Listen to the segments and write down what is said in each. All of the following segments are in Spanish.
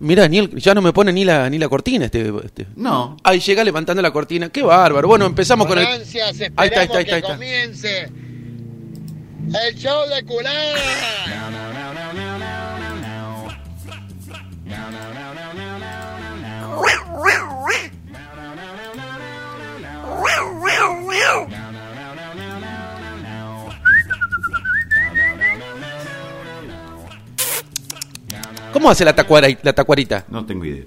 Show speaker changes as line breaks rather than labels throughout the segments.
Mirá, ni el- ya no me pone ni la, ni la cortina este, este.
No.
Ahí llega levantando la cortina. Qué bárbaro. Bueno, empezamos
Con
con el.
ansias esperamos
Ahí está, ahí está, ahí
que
está. ahí está.
comience el show de culana.
¿Cómo hace la, tacuara, la tacuarita?
No tengo idea.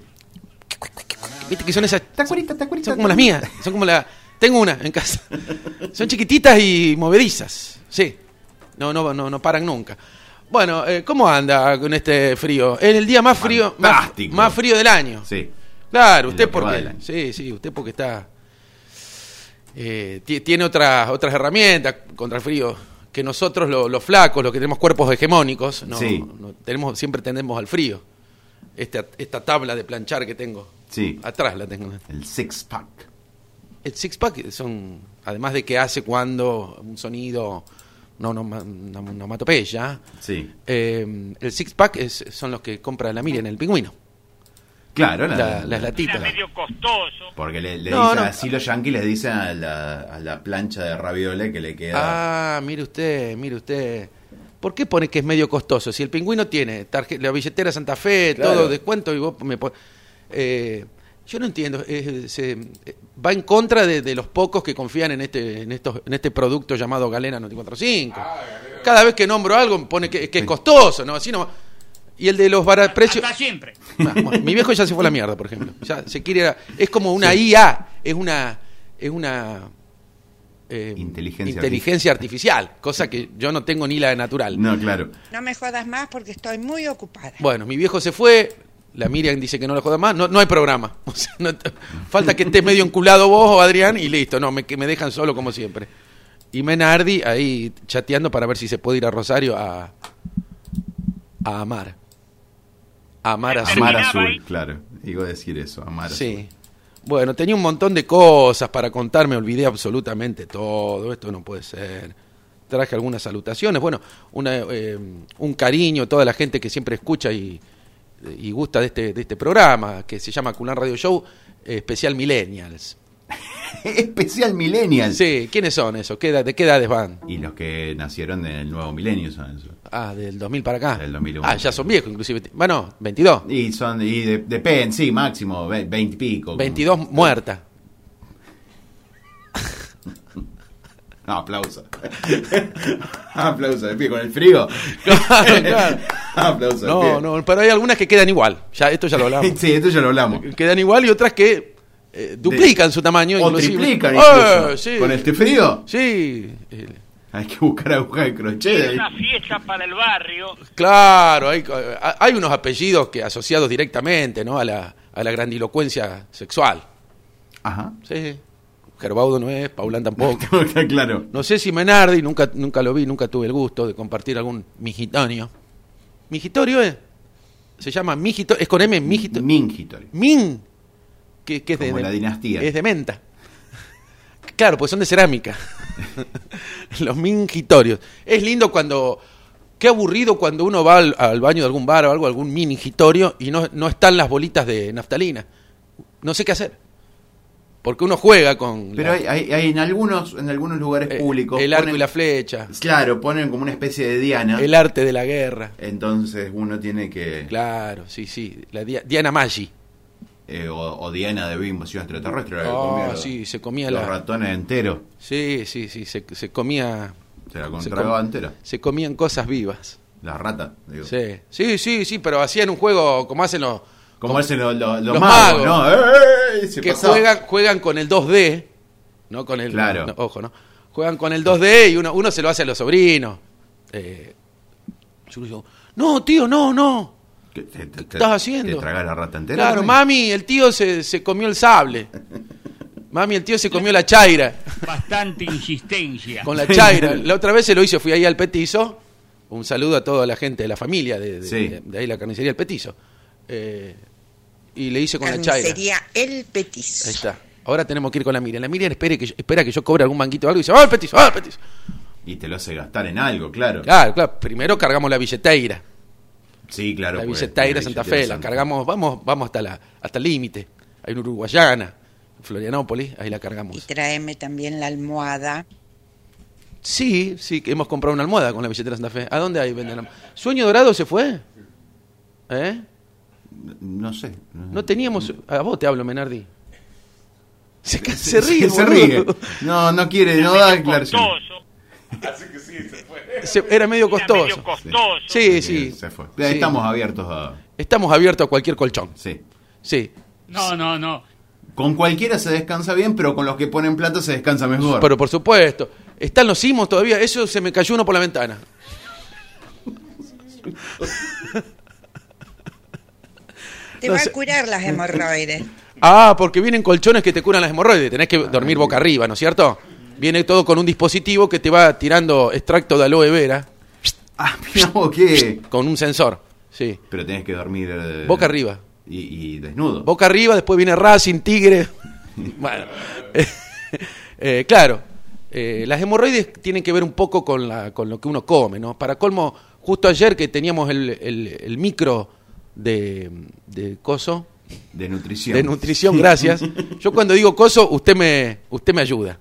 Viste que son esas.
Tacuarita, tacuarita.
Son como las mías. Son como la. Tengo una en casa. Son chiquititas y movedizas. Sí. No, no, no, no paran nunca. Bueno, eh, ¿cómo anda con este frío? Es el día más frío, más,
Fantástico.
más frío del año.
Sí.
Claro,
En
usted
lo que va del
porque.
año.
Sí, sí, usted porque está. eh, ti- tiene otras, otras herramientas contra el frío que nosotros, lo- los flacos, los que tenemos cuerpos hegemónicos, no,
Sí.
no tenemos, siempre tendemos al frío. Esta, esta tabla de planchar que tengo.
Sí.
Atrás la tengo.
El six pack.
El six pack son, además de que hace cuando un sonido, no, no, ma- una onomatopeya,
Sí.
eh, el six pack es- son los que compra la Miriam, el pingüino,
Claro, Ah, la-
la- las latitas.
Porque le, le
No,
dice,
no.
así los yanquis les dicen a la, a la plancha de raviola que le queda.
Ah, mire usted, mire usted. ¿Por qué pone que es medio costoso? Si el pingüino tiene tarje- la billetera Santa Fe,
Claro.
todo descuento y vos me pon- Eh, yo no entiendo. eh, se- eh, va en contra de, de los pocos que confían en este, en estos, en este producto llamado Galena 945.
Ah,
Cada vez que nombro algo pone que, que es costoso, ¿no? Así no. Y el de los baratos precios.
Hasta siempre.
Ah, bueno, mi viejo ya se fue a la mierda, por ejemplo. Ya se quiere ir a- es como una IA, es una es una eh,
Inteligencia
inteligencia artificial, cosa que yo no tengo ni la natural.
No, claro.
No me jodas más porque estoy muy ocupada.
Bueno, mi viejo se fue, la Miriam dice que no la joda más, no, no hay programa. O sea, no te- falta que estés medio enculado vos o Adrián y listo, no, me, que me dejan solo como siempre. Y Menardi ahí chateando para ver si se puede ir a Rosario a, a amar. A amar a su
Amar
Terminaba
azul,
ahí.
claro. Digo decir eso, amar azul.
Sí. Bueno, tenía un montón de cosas para contar, me olvidé absolutamente todo, esto no puede ser. Traje algunas salutaciones, bueno, una, eh, un cariño a toda la gente que siempre escucha y, y gusta de este, de este programa, que se llama Culán Radio Show, eh, especial Millennials.
Especial Millennial.
Sí, ¿quiénes son esos? ¿Qué edad- ¿De qué edades van?
Y los que nacieron en el nuevo milenio son eso.
Ah, del 2000 para acá.
Del 2001.
Ah, ya son viejos, inclusive. Bueno, 22.
Y son, y de- depende, sí, máximo, ve- 20 y pico.
22 muertas.
No, aplauso. aplauso de pie con el frío.
Claro, claro.
Ah, aplauso de pie.
No, no, pero hay algunas que quedan igual. Ya, esto ya lo hablamos.
Sí, esto ya lo hablamos.
quedan igual y otras que eh, duplican su tamaño.
O
inclusive.
triplican
Eh,
incluso.
sí.
Con este frío
Sí. Eh,
hay que buscar aguja de crochet.
Era una fiesta para el barrio.
Claro, hay, hay unos apellidos que asociados directamente ¿no? a, la, a la grandilocuencia sexual.
Ajá.
Sí. Gerbaudo no es, Paulán tampoco.
Está claro.
No sé si Menardi, nunca, nunca lo vi, nunca tuve el gusto de compartir algún mijitonio. ¿Mijitorio es? Se llama mijitorio, es con M, mijito.
Mingitori.
Min, que, que es
Como
de,
la
de-
dinastía.
Es de menta. Claro, pues son de cerámica. Los mingitorios. Es lindo cuando. Qué aburrido cuando uno va al, al baño de algún bar o algo, algún mingitorio, y no, no están las bolitas de naftalina. No sé qué hacer. Porque uno juega con.
Pero
la-
hay, hay- hay en algunos en algunos lugares
eh,
públicos.
El arco
ponen-
y la flecha.
Claro, ponen como una especie de diana.
El arte de la guerra.
Entonces uno tiene que.
Claro, sí, sí. La Dia- Diana Maggi.
eh, o, o diana de invasión extraterrestre. la que
Ah,
comieron
sí, se comía
Los
la-
ratones enteros.
Sí, sí, sí. Se, se comía.
Se la
se
contragaba
com-
entera.
Se comían cosas vivas.
La rata, digo.
Sí, sí, sí, sí, pero hacían un juego como hacen los
Como hacen los, los- los
Los
magos,
magos.
¿no? ¡Ey! Se
que
pasaba.
juegan, juegan con el 2D, no con el
Claro.
no, ojo, ¿no? Juegan con el 2D y uno, uno se lo hace a los sobrinos. Eh, yo le digo, no, tío, no, no.
¿Qué, te- te-
¿Qué estás
te-
haciendo?
¿Te tragas la rata entera?
Claro,
¿no?
mami, el tío se, se comió el sable. Mami, el tío se comió la chaira.
Bastante insistencia.
Con la chaira. La otra vez se lo hice, fui ahí al petizo. Un saludo a toda la gente de la familia de, de-
Sí.
de ahí la carnicería El Petizo. Eh, y le hice con la chaira.
Carnicería El Petizo.
Ahí está. Ahora tenemos que ir con la Miriam. La Miriam espere que yo- espera que yo cobre algún manguito o algo y dice, ¡ah, el petizo! ¡ah, el petizo!
Y te lo hace gastar en algo, claro.
Claro, claro. Primero cargamos la billetera.
Sí, claro.
la
pues,
billetera
la
Santa
billetera
Fe, la
Santa
cargamos, vamos, vamos hasta la, hasta el límite. Hay una uruguayana, Florianópolis, ahí la
Y
cargamos.
tráeme también la almohada.
Sí, sí, que hemos comprado una almohada con la billetera Santa Fe. ¿A dónde hay venden alm- ¿Sueño Dorado se fue? ¿Eh?
No sé.
No teníamos. A vos te hablo, Menardi. Se, ca- se
Sí,
ríe,
Se
boludo.
ríe. No, no quiere, no da aclaración.
costoso.
Se- era medio
era
costoso.
medio costoso.
Sí, sí.
Se fue.
Sí.
Estamos abiertos a.
Estamos abiertos a cualquier colchón.
Sí.
Sí.
No, no, no.
Con cualquiera se descansa bien, pero con los que ponen plata se descansa mejor.
Pero por supuesto. Están los cimos todavía. Eso se me cayó uno por la ventana.
Te
No
va
sé.
a curar las hemorroides.
Ah, porque vienen colchones que te curan las hemorroides. Tenés que dormir boca arriba, ¿no es cierto? Viene todo con un dispositivo que te va tirando extracto de aloe vera
Ah, mirá vos qué.
con un sensor. Sí.
Pero tenés que dormir. eh,
Boca arriba.
Y, y desnudo.
Boca arriba, después viene Racing, Tigre. Bueno, eh, claro, eh, las hemorroides tienen que ver un poco con, la, con lo que uno come, ¿no? Para colmo, justo ayer que teníamos el, el- el micro de, de coso,
de nutrición.
de nutrición, gracias. Yo cuando digo coso, usted me, usted me ayuda.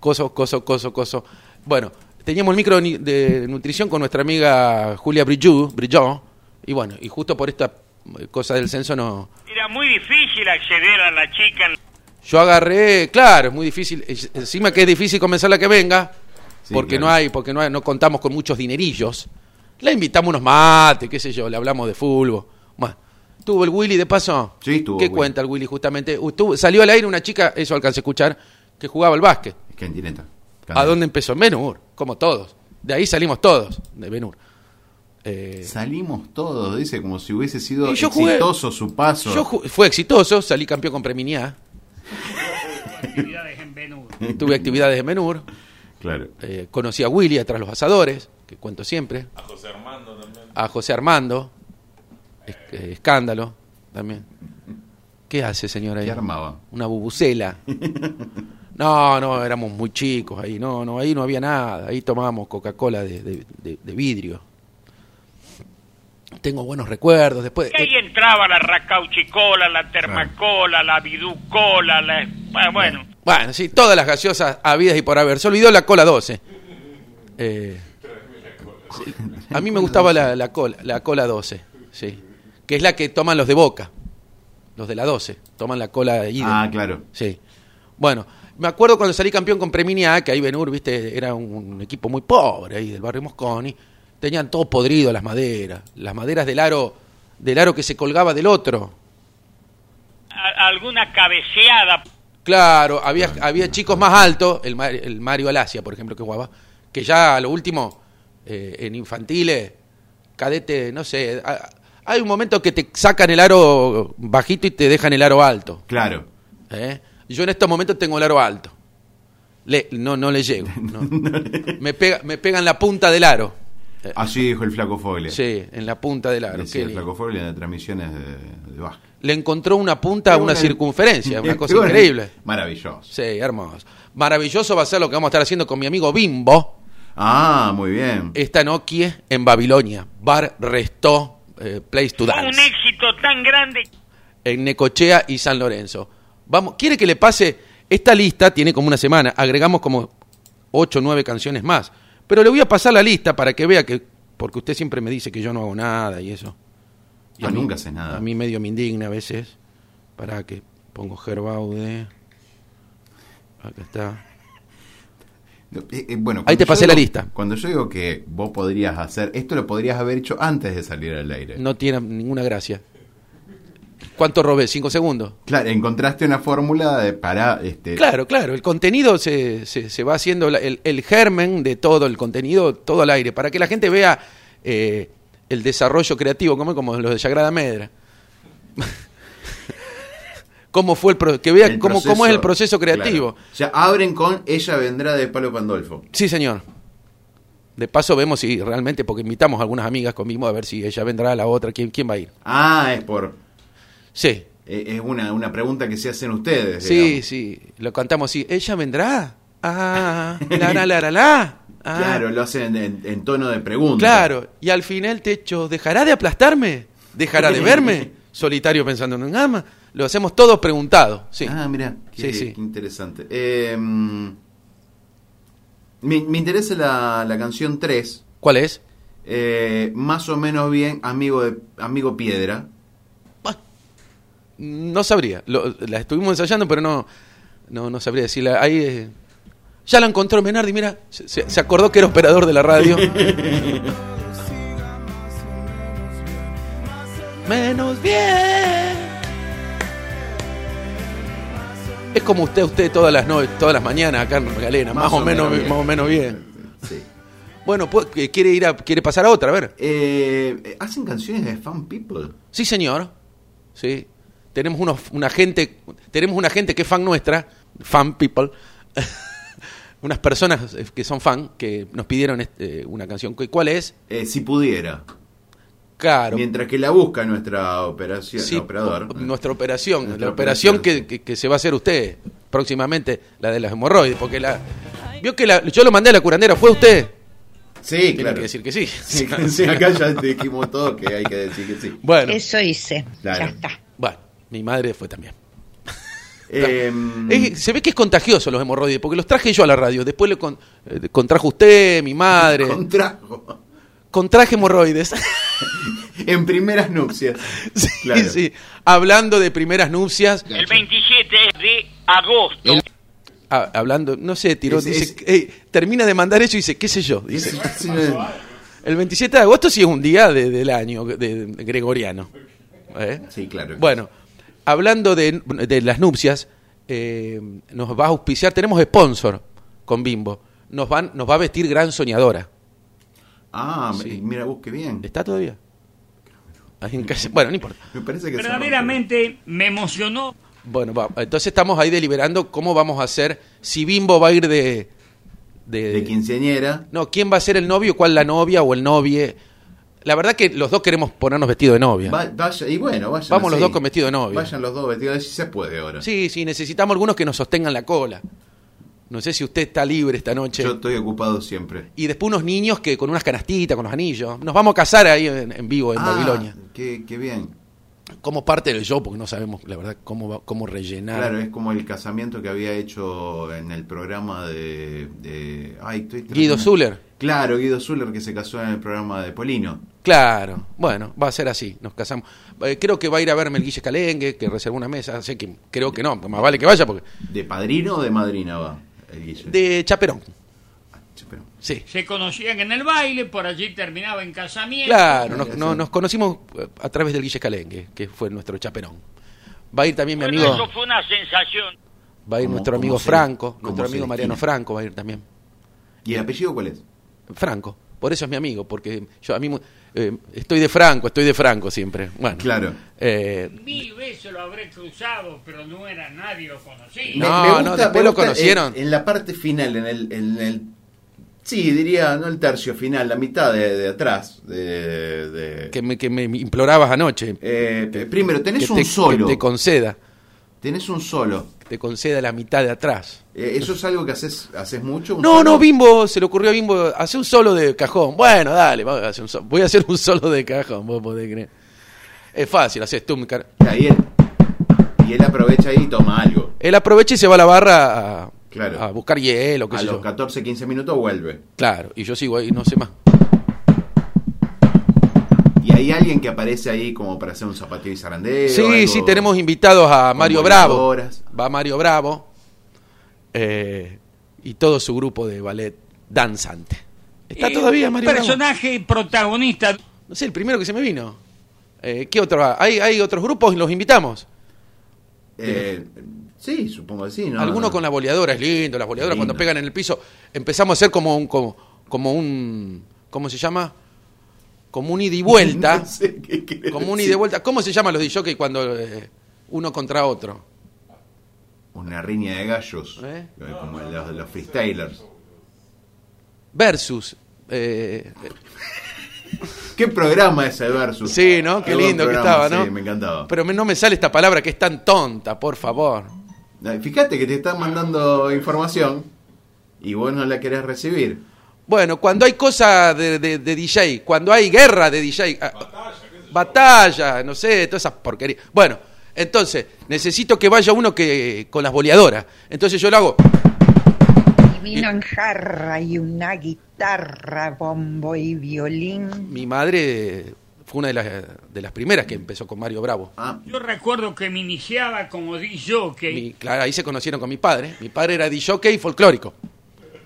Coso, coso, coso, coso. Bueno, teníamos el micro ni- de nutrición con nuestra amiga Julia Brijou, Brijou, y bueno, y justo por esta eh, cosa del censo no...
Era muy difícil acceder a la chica.
Eh,
en-
Yo agarré, claro, es muy difícil, es- encima que es difícil convencer la que venga,
Sí,
porque
claro.
no hay, porque no hay- no contamos con muchos dinerillos. La invitamos unos mates, qué sé yo, le hablamos de fútbol. Bueno, tuvo el Willy de paso.
Sí, tuvo
¿Qué
Willy.
cuenta el Willy justamente? Uh, tuvo- salió al aire una chica, eso alcancé a escuchar, que jugaba al básquet.
Cantineta. Ah.
¿A dónde empezó? En Benur, como todos. De ahí salimos todos, de Benur. Eh,
Salimos todos, dice, como si hubiese sido
Y yo jugué-
exitoso su paso.
yo ju- fue exitoso, salí campeón con Preminiá,
Actividades en Benur.
tuve actividades en Benur.
Claro.
Eh, conocí a Willy atrás de los asadores, que cuento siempre. A José Armando también. A José Armando. Es- eh, escándalo también. ¿Qué hace, señora? ahí?
¿Qué armaba?
Una bubucela. No, no, éramos muy chicos ahí. No, no, ahí no había nada. Ahí tomábamos Coca-Cola de, de- de- de vidrio. Tengo buenos recuerdos. Después.
Y ahí entraba la racauchicola, la termacola, la viducola, la... ah, Bueno,
Bueno, sí, todas las gaseosas habidas y por haber. Se olvidó la cola 12. Eh, sí, a mí me gustaba la, la cola, la cola 12, sí. Que es la que toman los de Boca. Los de la 12. Toman la cola de
Ah, claro.
Sí. Bueno, me acuerdo cuando salí campeón con Preminia A, que ahí Benur, viste, era un, un equipo muy pobre ahí del barrio Mosconi. Tenían todo podrido las maderas. Las maderas del aro, del aro que se colgaba del otro.
a- alguna cabeceada.
Claro, había, había chicos más altos, el, Mar- el Mario Alasia, por ejemplo, que jugaba, que ya a lo último, eh, en infantiles, cadete, no sé, a- hay un momento que te sacan el aro bajito y te dejan el aro alto.
Claro.
¿eh? Yo en estos momentos tengo el aro alto. Le- no, no le llego. no. Me, pega, me pegan la punta del aro. Eh,
Así dijo el Flaco Fogle.
Sí, en la punta del aro.
Decía
qué
el
lindo.
Flaco Fogle en las transmisiones de, de básquet.
Le encontró una punta a una circunferencia, una cosa
Bueno,
increíble.
Maravilloso.
Sí, hermoso. Maravilloso va a ser lo que vamos a estar haciendo con mi amigo Bimbo
Ah, muy bien.
esta noche en Babilonia. Bar Restó eh, Place to
Fue un
Dance
éxito tan grande.
en Necochea y San Lorenzo. Vamos, ¿quiere que le pase? Esta lista tiene como una semana, agregamos como 8 o 9 canciones más. Pero le voy a pasar la lista para que vea que, porque usted siempre me dice que yo no hago nada y eso.
Ah, nunca haces nada.
A mí medio me indigna a veces. Para que pongo Gerbaude. Acá está.
Eh, eh, bueno,
Ahí
cuando
te
yo
pasé la
digo-
lista.
Cuando yo digo que vos podrías hacer, esto lo podrías haber hecho antes de salir al aire.
No tiene ninguna gracia. ¿Cuánto robé? ¿Cinco segundos?
Claro, encontraste una fórmula de para este
Claro, claro. El contenido se, se- se va haciendo, la- el, el germen de todo el contenido, todo al aire, para que la gente vea eh, el desarrollo creativo, como, como los de Sagrada Medra. cómo fue el pro- que vea
el
cómo,
proceso-
cómo es el proceso creativo.
Claro. O sea, abren con Ella vendrá de Palo Pandolfo.
Sí, señor. De paso vemos si realmente, porque invitamos a algunas amigas conmigo a ver si ella vendrá, la otra, quién, quién va a ir.
Ah, es por
Sí,
eh, es una, una pregunta que se hacen ustedes.
Sí,
digamos.
sí, lo cantamos así. ¿Ella vendrá? Ah, la, la, la, la, la. Ah,
Claro, lo hacen en, en tono de pregunta.
claro. Y al final te echo, ¿dejará de aplastarme? ¿Dejará de verme? Solitario pensando en nada más. Lo hacemos todos preguntados. Sí.
Ah, mira, qué,
Sí, sí.
qué interesante. Eh, mm, me, me interesa la, la canción 3,
¿Cuál es?
eh, más o menos bien Amigo, de, amigo Piedra.
No sabría. Lo- la estuvimos ensayando, pero no, no, no sabría decirla. Ahí eh, ya la encontró Menardi, mira, se- se, se acordó que era operador de la radio. Menos bien. Es como usted, usted todas las noches, todas las mañanas acá en Galena, Ah, más, o menos,
bien.
más o menos bien.
Sí.
Bueno, pues, eh, quiere ir a, quiere pasar a otra, a ver.
Eh, ¿Hacen canciones de Fan People?
Sí, señor. Sí. Tenemos unos, una gente, tenemos una gente que es fan nuestra, fan people. Unas personas eh, que son fan que nos pidieron este, eh, una canción. ¿Cu- ¿Cuál es?
Eh, si pudiera.
Claro.
Mientras que la busca nuestra operación,
sí,
operador.
o- nuestra operación,
Nuestra
la operación,
operación,
que, que- que se va a hacer usted próximamente, la de las hemorroides, porque la vio que la- yo lo mandé a la curandera, fue usted.
Sí,
Tiene
claro.
que decir que sí.
Sí, sí, acá ya te dijimos todo que hay que decir que sí.
Bueno,
Eso hice.
Claro.
Ya está.
bueno, mi madre fue también.
Eh,
Es- se ve que es contagioso los hemorroides, porque los traje yo a la radio. Después le con- eh, contrajo usted, mi madre.
Contrajo.
Contraje hemorroides.
En primeras nupcias.
sí,
Claro.
sí. Hablando de primeras nupcias,
El 27 de agosto.
ha- hablando, no sé, tiró,
Es-
dice,
es-
"Ey", termina de mandar eso y dice, qué sé yo.
Y
Dice,
ese- ese-
el 27 de agosto sí es un día de- del año de, de gregoriano. ¿Eh?
Sí, claro.
Bueno, hablando de, de las nupcias, eh, nos va a auspiciar, tenemos sponsor con Bimbo. Nos, van, nos va a vestir gran soñadora.
Ah,
Sí.
mira vos qué bien.
¿Está todavía? Ahí en casa- Bueno, no importa.
Me parece que se
Verdaderamente me emocionó.
Bueno, va- entonces estamos ahí deliberando cómo vamos a hacer, si Bimbo va a ir de... Eh,
rompe. De quinceañera.
No, ¿quién va a ser el novio? ¿Cuál la novia o el novie? La verdad que los dos queremos ponernos vestido de novia.
Va- vaya- y bueno, vayan
Vamos los
así.
dos con vestido de novia.
Vayan los dos vestidos de si se puede ahora.
Sí, sí, necesitamos algunos que nos sostengan la cola. No sé si usted está libre esta noche.
Yo estoy ocupado siempre.
Y después unos niños que con unas canastitas, con los anillos. Nos vamos a casar ahí en, en vivo, Pues en
Ah,
Babilonia.
Qué, qué bien.
Como parte del show, porque no sabemos, la verdad, cómo, va- cómo rellenar.
Claro, es como el casamiento que había hecho en el programa de. de- ay, estoy
Guido
tratando-
Zuller.
Claro, Guido Zuller que se casó en el programa de Polino.
Claro, bueno, va a ser así, nos casamos. Eh, creo que va a ir a verme el Guille Calengue, que reservó una mesa, sé que creo que no, más vale que vaya porque...
¿De padrino o de madrina va? El Guille?
De Chaperón,
Ah, sí, pero-
sí.
Se conocían en el baile, por allí terminaba en casamiento.
Claro, nos, no- nos conocimos eh, a través del Guille Calengue, que fue nuestro Chaperón. Va a ir también mi
Bueno,
amigo,
eso fue una sensación.
va a ir
¿Cómo-
nuestro
cómo
amigo
se-
Franco,
cómo
nuestro
se
amigo Mariano
define?
Franco va a ir también.
¿Y el apellido cuál es?
Franco, por eso es mi amigo, porque yo a mí mu- eh, estoy de Franco, estoy de Franco siempre. Bueno,
Claro.
eh,
Mil veces lo habré cruzado, pero no era nadie lo conocía.
No. no, después lo conocieron.
eh, En, en la parte final, en el, en el. Sí, diría, no el tercio final, la mitad de, de atrás. De, de-
que me, que me implorabas anoche.
Eh, p- primero,
que
tenés
te-
un
que
solo.
te conceda.
Tenés un solo.
te conceda la mitad de atrás.
Eh, ¿Eso es algo que haces, haces mucho? un
No,
solo?
no, Bimbo, se le ocurrió a Bimbo, hace un solo de cajón. Bueno, dale, vamos a hacer un so- voy a hacer un solo de cajón, vos podés creer. Es fácil, haces tú. mi cara.
Ah, Y él, y él aprovecha ahí y toma algo.
Él aprovecha y se va a la barra a,
Claro.
a buscar hielo, qué
A
sé
los
yo.
14, 15 minutos vuelve.
Claro, y yo sigo ahí, no sé más.
Y hay alguien que aparece ahí como para hacer un zapateo y zarandeo.
Sí,
algo-
sí, tenemos invitados a
con
Mario Bravo.
voladoras.
Va Mario Bravo eh, y todo su grupo de ballet danzante. ¿Está
Eh,
todavía Mario Bravo?
Personaje protagonista.
No sé, el primero que se me vino. Eh, ¿Qué otro? ha- ¿Hay, ¿Hay otros grupos? ¿Los invitamos?
Eh, sí, supongo que sí. ¿no?
Alguno con la boleadora, es lindo, las boleadoras
Lindo.
cuando pegan en el piso. Empezamos a hacer como un, como, como un, ¿cómo se llama? Como un ida y vuelta.
No sé qué quiere
como un
decir.
ida y vuelta. ¿Cómo se llaman los disjockeys cuando eh, uno contra otro?
Una riña de gallos.
¿Eh?
eh, Como los de los freestylers.
Versus. eh,
¿Qué programa ese versus?
sí, ¿no? Qué
buen
lindo que
programa,
estaba, ¿no?
Sí, me encantaba.
Pero me- no me sale esta palabra que es tan tonta, por favor.
Fíjate que te están mandando información y vos no la querés recibir.
Bueno, cuando hay cosas de, de- de DJ, cuando hay guerra de DJ, ah, batalla, no sé, toda esa porquería. Bueno, entonces, necesito que vaya uno que con las boleadoras. Entonces yo lo hago.
Y vino en jarra y una guitarra, bombo y violín.
Mi madre fue una de las, de las primeras que empezó con Mario Bravo.
Ah,
Yo recuerdo que me iniciaba como DJ, que
Mi- claro, ahí se conocieron con mi padre. Mi padre era DJ folclórico.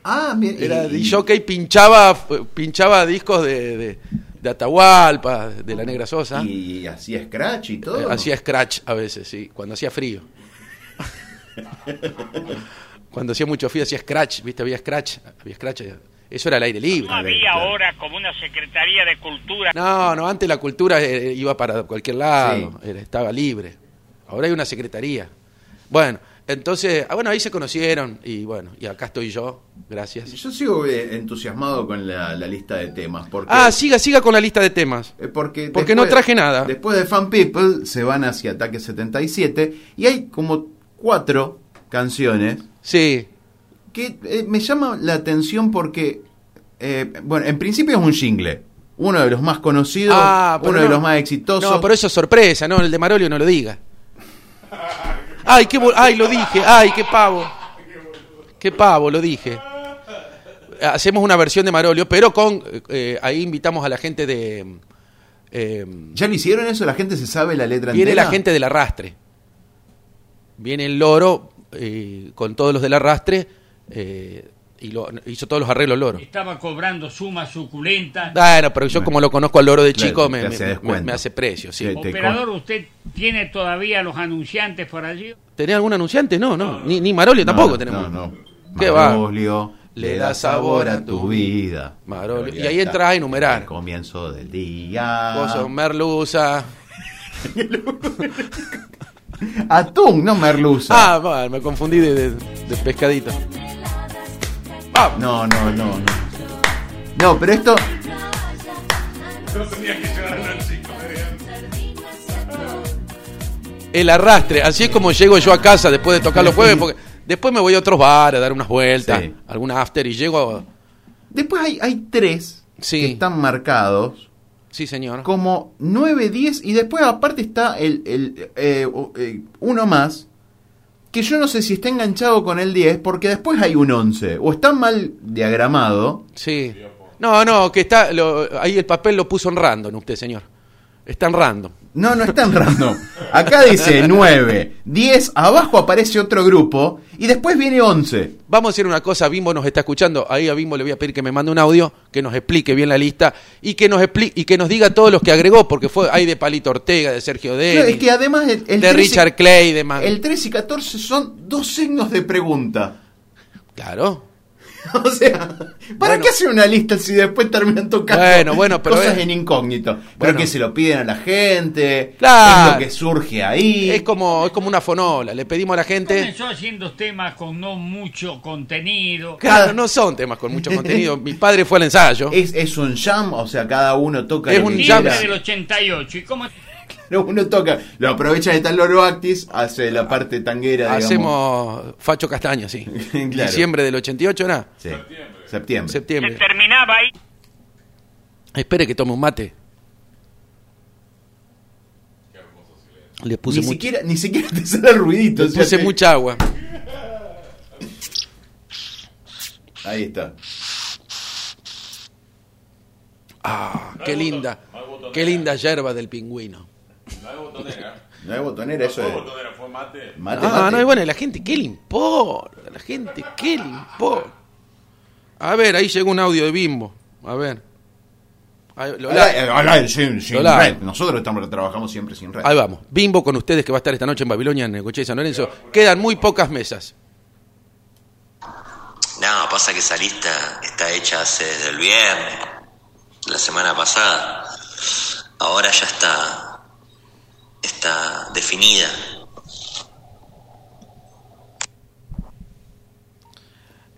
ah mira.
Era
y-
DJ, pinchaba, fu- pinchaba discos de, de, de Atahualpa, de La Negra Sosa.
Y hacía scratch y todo.
Eh, Hacía scratch a veces, sí, cuando hacía frío. cuando hacía mucho frío hacía scratch, ¿viste? Había scratch, había scratch. Eso era al aire libre.
no había ahora como una Secretaría de Cultura.
No, no, antes la cultura eh, iba para cualquier lado, era- estaba libre. Ahora hay una secretaría. Bueno, entonces, ah, bueno, ahí se conocieron y bueno, y acá estoy yo, gracias.
Yo sigo eh, entusiasmado con la, la lista de temas. Porque,
Ah, siga, siga con la lista de temas.
eh, Porque,
Porque no traje nada.
Después de Fan People se van hacia Ataque 77 y hay como cuatro canciones
Sí,
que eh, me llama la atención porque, eh, bueno, en principio es un jingle, uno de los más conocidos,
Ah, pero
uno de
no.
los más exitosos.
No, pero eso es sorpresa, ¿no? El de Marolio no lo diga. Ay, qué bol- ay, lo dije, ay, qué pavo. Qué pavo, lo dije. Hacemos una versión de Marolio, pero con eh, ahí invitamos a la gente de eh,
¿Ya lo hicieron eso? ¿La gente se sabe la letra
viene
entera?
la gente del arrastre. Viene el loro eh, con todos los del arrastre eh, y lo, hizo todos los arreglos loro.
Estaba cobrando sumas suculentas.
Bueno, pero yo como lo conozco al loro de
Claro,
chico
te
me, me-
hace
me-
descuento.
me hace precio, sí.
Sí. te
Operador, ¿usted tiene todavía los anunciantes por allí?
¿Tenés algún anunciante? No, no. Ni, ni Marolio
No,
tampoco
no,
tenemos.
no, no.
¿Qué
Marolio,
Le da sabor a tu
vida.
Marolio.
Pero
Y
ya
ahí
está.
entras a enumerar.
Al comienzo del
Vos
día.
sos merluza.
Atún, no merluza.
Ah, va, me confundí de, de- de pescadito.
No, no, no, no. No, pero esto.
El arrastre. Así es como llego yo a casa después de tocar los jueves. Porque después me voy a otros bares a dar unas vueltas,
Sí.
alguna after y llego. a-
Después hay, hay tres
Sí.
que están marcados
Sí, señor.
como 9, 10 y después aparte está el, el, eh, o- eh, uno más que yo no sé si está enganchado con el 10 porque después hay un 11 o está mal diagramado.
Sí. No, no, que está. lo- ahí el papel lo puso en random usted, señor. Está en random.
No, no está en random. Acá dice 9, 10, abajo aparece otro grupo y después viene 11.
Vamos a hacer una cosa, Bimbo nos está escuchando, ahí a Bimbo le voy a pedir que me mande un audio, que nos explique bien la lista y que nos expli- y que nos diga todos los que agregó, porque fue hay de Palito Ortega, de Sergio Denis,
Claro, es que además el, el
de
13
Richard Clay, de Man-
el 3 y 14 son dos signos de pregunta.
Claro.
O sea, ¿para
Bueno.
qué hacer una lista si después terminan tocando
Bueno, bueno, pero
cosas
es-
en incógnito? Pero
Bueno.
que se lo piden a la gente, es
Claro.
lo que surge ahí.
Es como es como una fonola, le pedimos a la gente,
Comenzó haciendo temas con no mucho contenido.
claro, no son temas con mucho contenido. Mi padre fue al ensayo.
Es, es un jam, o sea, cada uno toca
Es
lo
un
que
jam.
Diciembre
quiera.
del 88. ¿Y cómo?
Cada Uno toca, lo aprovecha de tal Loro Actis, hace la parte tanguera, digamos.
Hacemos Facho Castaño, sí.
Claro.
Diciembre del 88, ¿no?
Sí. Septiembre.
Se
Septiembre.
terminaba ahí.
Espere que tome un mate. Le puse
Ni
mucho.
siquiera, ni siquiera te sale el ruidito.
Le
o sea,
puse
te-
mucha agua.
Ahí está.
Ah, qué linda. Qué linda yerba del pingüino.
No hay botonera, eso es. Mate,
Ah,
mate.
no, y bueno, la gente, ¿qué le importa? La gente, ¿qué le importa? A ver, ahí llegó un audio de Bimbo. A ver. Ahí, lo-
Habla- eh, habla sin- sin
Hola.
red. Nosotros estamos, trabajamos siempre sin red.
ahí vamos. Bimbo con ustedes que va a estar esta noche en Babilonia, en el coche de San Lorenzo. Quedan muy pocas mesas.
No, pasa que esa lista está hecha hace desde el viernes, la semana pasada. Ahora ya está, está definida.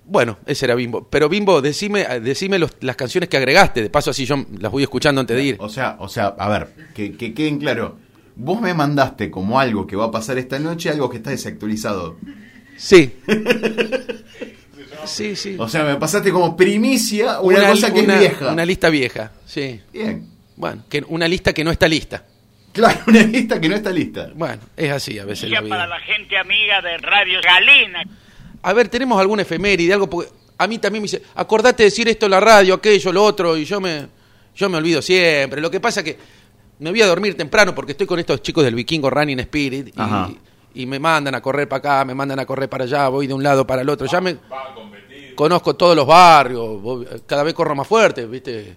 Bueno, ese era Bimbo. Pero Bimbo, decime, eh, decime los- las canciones que agregaste. De paso, así yo las voy escuchando antes de ir.
O sea, o sea, a ver, que, que queden claro. Vos me mandaste como algo que va a pasar esta noche, algo que está desactualizado.
Sí. Sí, sí.
O sea, me pasaste como primicia una,
Una
cosa
li-
que
una-
es vieja.
Una lista vieja, sí.
Bien.
Bueno, que una lista que no está lista.
Claro, una lista que no está lista.
Bueno, es así a veces la
Día para la
vida.
gente amiga de Radio Galena.
A ver, tenemos alguna efeméride, algo porque a mí también me dice, acordate de decir esto en la radio, aquello, lo otro, y yo me, yo me olvido siempre. Lo que pasa que me voy a dormir temprano porque estoy con estos chicos del vikingo Running Spirit
Ajá.
y, y me mandan a correr para acá, me mandan a correr para allá, voy de un lado para el otro. Ya me conozco todos los barrios, voy- cada vez corro más fuerte, ¿viste?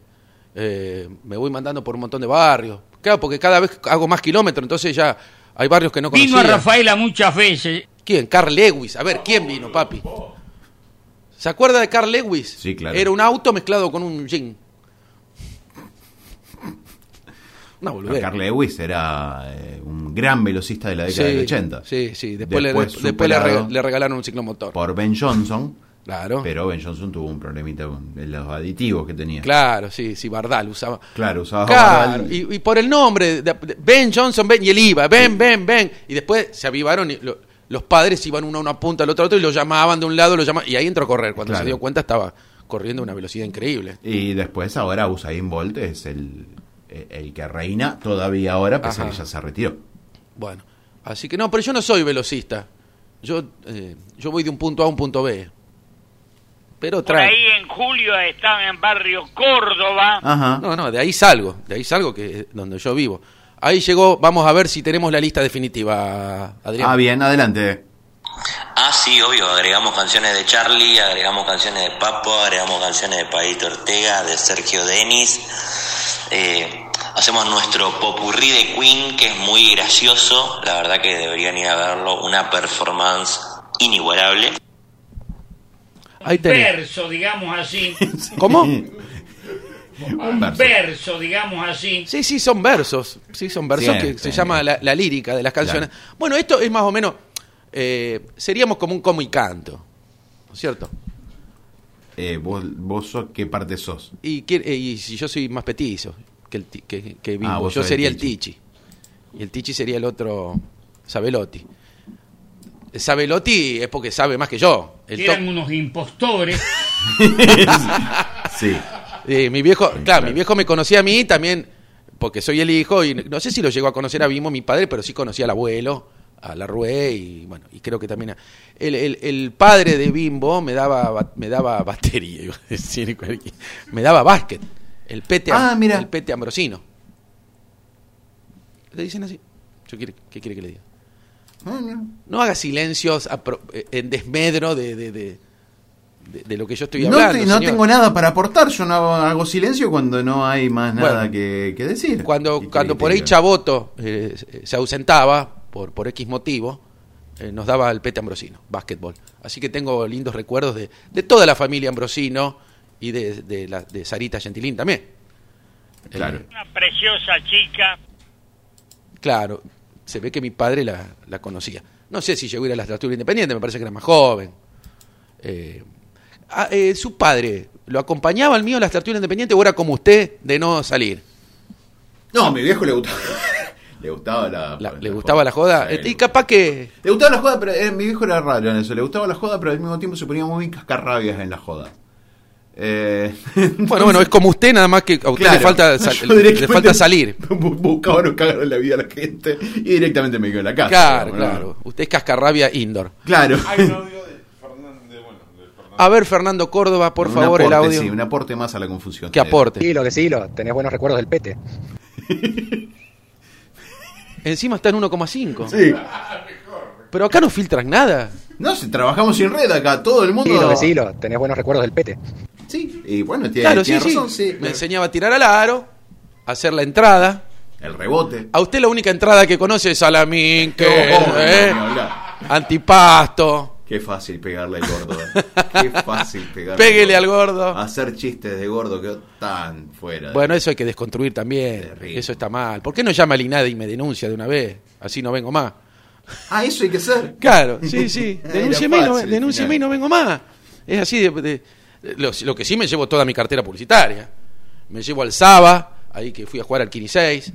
Eh, me voy mandando por un montón de barrios. Claro, porque cada vez hago más kilómetros, entonces ya hay barrios que no conocía.
Vino a Rafaela muchas veces.
¿Quién? Carl Lewis. A ver, ¿quién vino, papi? ¿Se acuerda de Carl Lewis?
Sí, claro.
Era un auto mezclado con un jean. No,
No,
volver.
Carl Lewis era eh, un gran velocista de la década
sí,
del 80.
Sí, sí. Después, le- después le,
superado
rega- le regalaron un ciclomotor.
por Ben Johnson,
Claro.
pero Ben Johnson tuvo un problemita con los aditivos que tenía.
Claro, sí, sí, Bardal usaba.
Claro, usaba
Claro,
Bardal.
y, y por el nombre, de- de- Ben Johnson, Ben, y él iba, Ben, Ben, Ben. Y después se avivaron y lo- los padres iban uno a una punta, al otro a otro, y lo llamaban de un lado, lo llamaban, y ahí entró a correr. Cuando
Claro.
se dio cuenta estaba corriendo a una velocidad increíble.
Y después ahora Usain Bolt es el, el que reina todavía ahora, a pesar
Ajá.
que ya se retiró.
Bueno, así que no, pero yo no soy velocista. Yo, eh, yo voy de un punto A a un punto B. Pero
Por ahí
trae.
en julio estaba en barrio Córdoba.
Ah,
Ajá.
No, no, de ahí salgo, de ahí salgo que es donde yo vivo. Ahí llegó, vamos a ver si tenemos la lista definitiva, Adrián.
ah, bien, adelante.
Ah, sí, obvio, agregamos canciones de Charlie, agregamos canciones de Papo, agregamos canciones de Paito Ortega, de Sergio Denis. Eh, hacemos nuestro popurrí de Queen, que es muy gracioso. La verdad que deberían ir a verlo. Una performance inigualable.
Ahí tenés.
Verso, digamos así.
¿Cómo?
Un verso.
Verso, digamos así.
Sí, sí, son versos. Sí, son versos
Siempre.
que se llama la, la lírica de las canciones. Bueno, esto es más o menos. eh, seríamos como un como y canto, ¿no es cierto?
Eh, vos, vos sos- qué parte sos.
Y, quién- eh, y si yo soy más petizo que, el ti- que, Ah, que Bimbo,
vos
yo
sos
sería
el
el Tichi. Y el Tichi sería el otro Sabelotti. El Sabelotti es porque sabe más que yo. El
Que
to-
eran unos impostores.
Sí.
Eh, mi viejo, claro,
claro.
mi viejo me conocía a mí también, porque soy el hijo, y no sé si lo llegó a conocer a Bimbo, mi padre, pero sí conocía al abuelo, a la Rue, y bueno, y creo que también a- el, el- el padre de Bimbo me daba ba- me daba batería, iba a decir, cualquier- me daba básquet, el pete, Am-
Ah, mira.
el pete ambrosino. Le dicen así. Yo quiere- ¿Qué quiere que le diga? No haga silencios a pro- eh, en desmedro de, de- de- de- de lo que yo estoy
No, te-
hablando.
no
señor.
tengo nada para aportar, yo no hago, hago silencio cuando no hay más nada
Bueno.
que, que decir.
cuando,
Y que-
cuando
que-
por ahí Chaboto eh, se ausentaba por, por X motivo, eh, nos daba el pete ambrosino, básquetbol. Así que tengo lindos recuerdos de, de toda la familia ambrosino y de, de, la- de Sarita Gentilín también.
Claro.
Eh,
Una preciosa chica.
Claro, se ve que mi padre la, la conocía. No sé si llegó a ir a la estatura independiente, me parece que era más joven. Eh, ah, eh, ¿Su padre lo acompañaba al mío a la estatura independiente o era como usted de no salir?
No, a mi viejo le gustaba. le gustaba la.
La- ¿Le gustaba la joda?
Sí,
y capaz que...
Le gustaba la joda, pero eh, mi viejo era raro en eso. Le gustaba la joda, pero al mismo tiempo se ponía muy cascarrabias en la joda. Eh,
Bueno, bueno, es como usted, nada más que a usted le,
claro,
falta, sal-
yo
le
directamente
falta salir.
bu- Buscaba no cagar la vida a la gente y directamente me quedé en la casa.
Claro,
digamos, ¿no?
claro. Usted es cascarrabia indoor.
Claro.
A ver, Fernando Córdoba, por
Un
favor, el
aporte,
audio.
Sí, un aporte más a la confusión.
Que aporte.
Sí, lo que sí, lo, tenés buenos recuerdos del pete.
Encima está en 1,5.
Sí.
Pero acá no filtras nada.
No, si trabajamos sin red acá, todo el mundo.
Sí, lo que sí, lo, tenés buenos recuerdos del pete.
Sí, y bueno, tiene,
Claro, sí,
tiene
sí.
razón, sí.
Me enseñaba a tirar al aro, a hacer la entrada.
El rebote.
A usted la única entrada que conoce es Salamín, que
Oh, oh,
¿eh?
no, ni hablar.
antipasto.
Qué fácil pegarle al gordo. eh. Qué fácil pegarle.
Péguele al gordo.
Hacer chistes de gordo quedó tan fuera. de-
Bueno, eso hay que desconstruir también.
Terrible.
Eso está mal. ¿Por qué no llama al INADI y me denuncia de una vez? Así no vengo más.
Ah, eso hay que hacer.
Claro, sí, sí.
Era
Denúncieme, y no,
fácil,
denúncieme y no vengo más. Es así. De, de- lo, lo que sí me llevo toda mi cartera publicitaria. Me llevo al Saba, ahí que fui a jugar al Kini 6.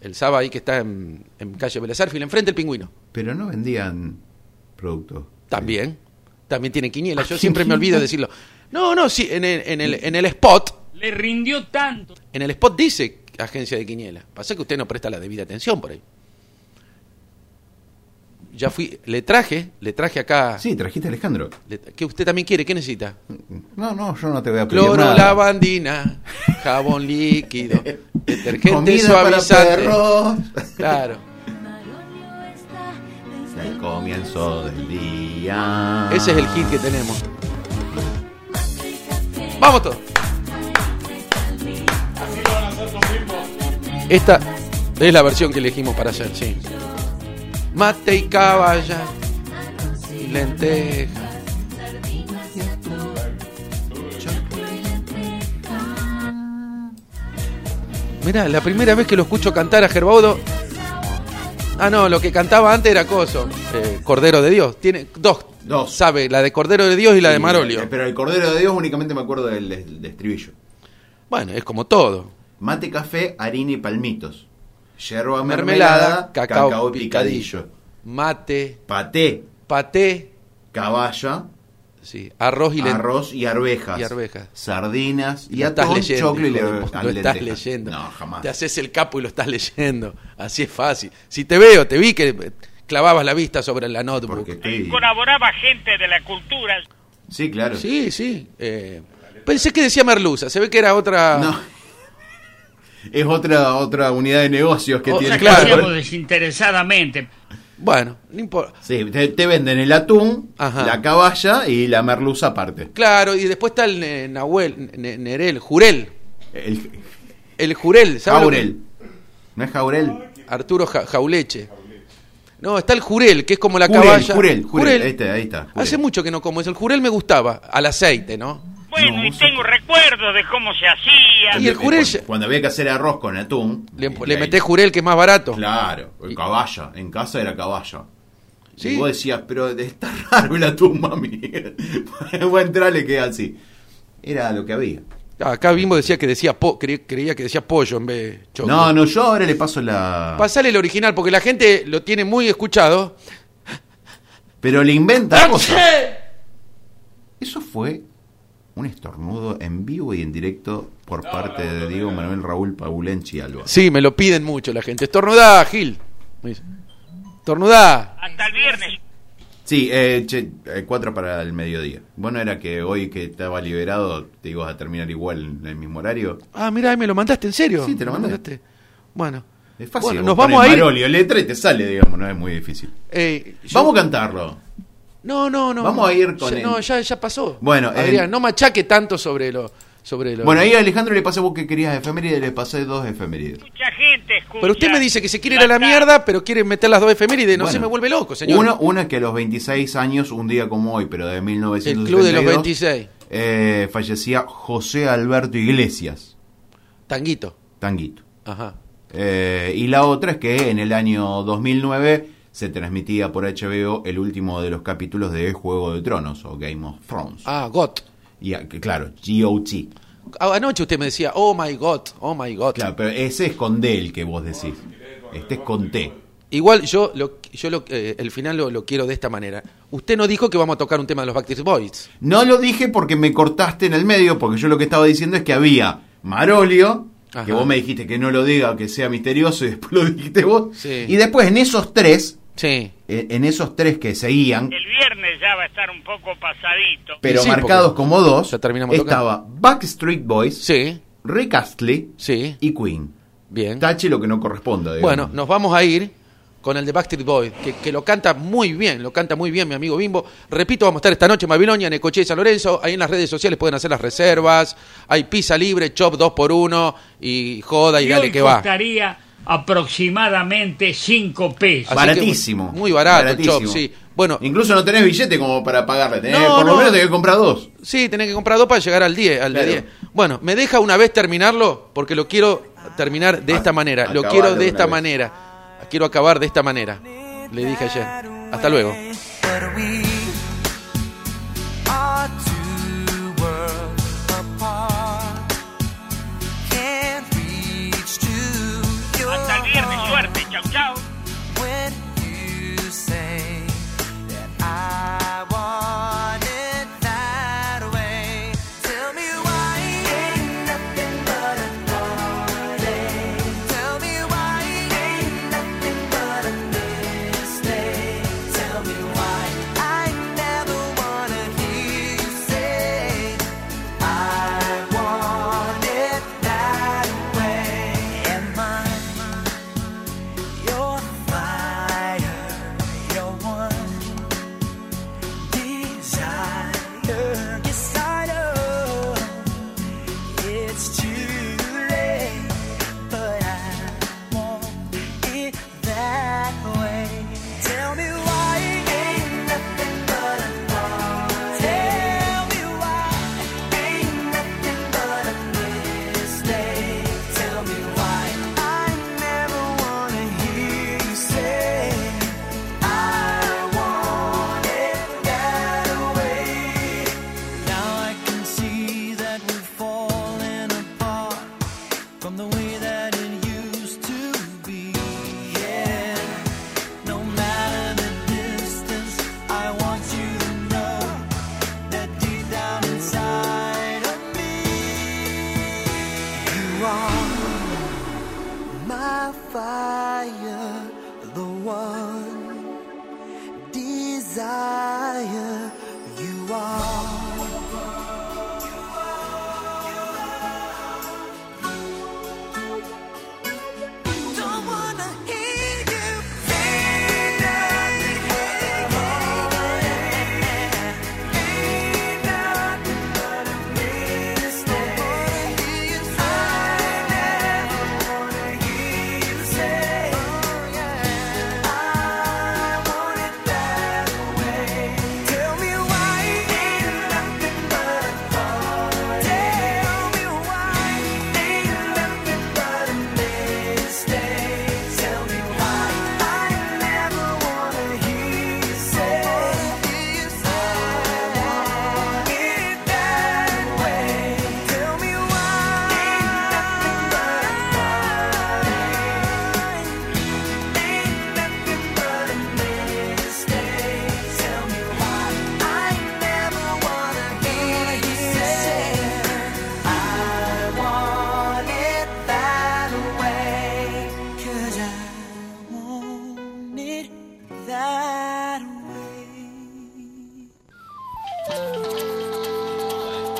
El Saba ahí que está en, en calle Belezarfil, enfrente del pingüino.
Pero no vendían productos.
También. También tiene quiniela.
Ah,
Yo siempre me olvido de decirlo. No, no, sí, en el, en el, en el spot.
Le rindió tanto.
En el spot dice agencia de quiniela. Pasa que usted no presta la debida atención por ahí. Ya fui, le traje, le traje acá.
Sí, trajiste a Alejandro.
le tra- que usted también quiere, ¿qué necesita?
No, no, yo no te voy a pedir
Cloro,
nada.
lavandina, jabón líquido, detergente
Comida para
suavizante.
perros.
Claro.
El comienzo del día.
Ese es el hit que tenemos. Vamos todos. Esta es la versión que elegimos para hacer, sí. Mate y caballa, y lenteja. Mira, la primera vez que lo escucho cantar a Gerbaudo. Ah, no, lo que cantaba antes era Coso. eh, Cordero de Dios. Tiene dos.
Dos.
Sabe, la de Cordero de Dios y la de
Sí, eh,
Marolio.
Pero el Cordero de Dios únicamente me acuerdo del, del estribillo.
Bueno, es como todo.
Mate, café, harina y palmitos. Yerba
Mermelada,
mermelada,
cacao,
cacao
picadillo.
picadillo.
Mate,
Paté,
paté,
caballa,
sí, arroz y lentejas.
arroz y arvejas.
y arvejas.
Sardinas y
Lo estás
atún,
leyendo,
choclo y
hijo de
le-
puta,
al
Lo estás
lentejas.
leyendo.
No, jamás.
Te haces el capo y lo estás leyendo. Así es fácil. Si te veo, te vi que clavabas la vista sobre la notebook.
Porque estoy-
Colaboraba gente de la cultura.
Sí, claro.
Sí, sí. eh, pensé que decía merluza. Se ve que era otra.
No. Es otra, otra unidad de negocios que
O-
Cosa
tiene.
que
claro.
hacíamos desinteresadamente.
Bueno, no importa.
Sí, te, te venden el atún,
Ajá.
la caballa y la merluza aparte.
Claro, y después está el eh, Nahuel, N- N- Nerel, Jurel.
El,
El Jurel, ¿sabes? lo que-
Jaurel. ¿No es Jaurel?
Arturo Ja- Jauleche. No, está el Jurel, que es como la
Jurel,
caballa.
Jurel, Jurel, ahí está, ahí está, Jurel.
Hace mucho que no como eso. El Jurel me gustaba, al aceite, ¿no?
Bueno,
No,
y
vos-
tengo recuerdos de cómo se hacía.
Y el jurel ya-
Cuando, cuando había que hacer arroz con atún.
Le,
eh,
le
ahí-
metés Jurel, que es más barato.
Claro, el caballa. En casa era caballa.
Sí.
Y vos decías, pero está raro el atún, mami. vos entrar le queda así. Era lo que había.
Acá Bimbo decía que decía po- cre- creía que decía pollo en vez de choclo.
No, no, yo ahora le paso la.
Pasale el original, porque la gente lo tiene muy escuchado.
Pero le inventa cosas.
¡Che!
Eso fue un estornudo en vivo y en directo por parte de Diego Manuel Raúl Paulenchi Alba.
Sí, me lo piden mucho la gente. Estornudá, Gil. Me dice. Estornudá.
Hasta el viernes.
Sí, eh, che, eh, cuatro para el mediodía. Bueno, era que hoy que estaba liberado te ibas a terminar igual en el mismo horario.
Ah, mira, me lo mandaste, ¿en serio?
Sí, te lo
¿Me
mandé.
mandaste? Bueno.
Es fácil.
Bueno,
vos
nos vamos a
ponés
ir.
Marolio, letra y te sale, digamos, no es muy difícil.
Eh, yo-
Vamos a cantarlo.
No, no, no.
Vamos a ir con
Ya-
él.
No, ya, ya pasó.
Bueno,
Adrián,
el-
no machaque tanto sobre lo. Sobre lo
Bueno, ahí a Alejandro le pasé vos que querías efemérides, le pasé dos efemérides.
Mucha gente escucha.
Pero usted me dice que se quiere ir a la mierda, pero quiere meter las dos efemérides. No
Bueno.
se me vuelve loco, señor.
Una, una que a los 26 años, un día como hoy, pero de 1972.
El club de los 26.
eh, fallecía José Alberto Iglesias,
Tanguito.
tanguito.
Ajá.
Eh, y la otra es que en el año 2009 se transmitía por HBO el último de los capítulos de Juego de Tronos o Game of Thrones.
Ah, God.
Y ah, que, claro, GOT.
Ah, Anoche usted me decía, oh my God, oh my God.
Claro, pero ese es con D el que vos decís. Este es con T.
Igual yo, lo, yo lo, eh, el final lo, lo quiero de esta manera. Usted no dijo que vamos a tocar un tema de los Backstreet Boys.
No lo dije porque me cortaste en el medio, porque yo lo que estaba diciendo es que había Marolio,
Ajá.
que vos me dijiste que no lo diga, que sea misterioso, y después lo dijiste vos.
Sí.
Y después en esos tres,
Sí.
eh, en esos tres que seguían,
El viernes ya va a estar un poco pasadito.
pero
Y sí,
marcados
porque
como dos,
ya terminamos
estaba Backstreet Boys,
Sí,
Rick Astley
sí.
y Queen.
Bien.
Tache lo que no corresponda. digamos.
Bueno, nos vamos a ir con el de Backstreet Boys, que, que lo canta muy bien, lo canta muy bien mi amigo Bimbo. Repito, vamos a estar esta noche en Babilonia, Necochea y San Lorenzo. Ahí en las redes sociales pueden hacer las reservas. Hay pizza libre, chop 2x1 y joda y,
Y
dale
hoy
que va.
costaría aproximadamente 5 pesos.
Así que,
baratísimo.
muy barato, Chop, sí. Bueno-
Incluso no tenés billete como para pagarle. tenés-
No,
por lo
no.
menos tenés que comprar dos.
Sí, tenés que comprar dos para llegar al 10, al de
Claro.
10. Bueno, me deja una vez terminarlo porque lo quiero terminar de
A-
esta manera. lo
acabalo
quiero
Ah, de
de esta
una vez.
manera. Quiero acabar de esta manera. Le dije ayer. Hasta luego.
But we are two worlds apart. Can't reach to your
Hasta el viernes,
heart
suerte. Chau, chau.
when you say that I want desire you are. Don't wanna hear you. Tell me why ain't nothing but Tell me why ain't nothing but a mistake. Tell me why I never wanna hear you say it that way. Tell me why ain't nothing but a lie. Ain't nothing but a mistake. Tell me why I never wanna hear you say I want it that way. 'Cause I want it that way.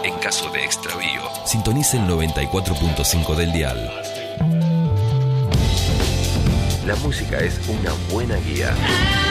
En caso de extravío, sintonice el 94.5 del dial. La música es una buena guía.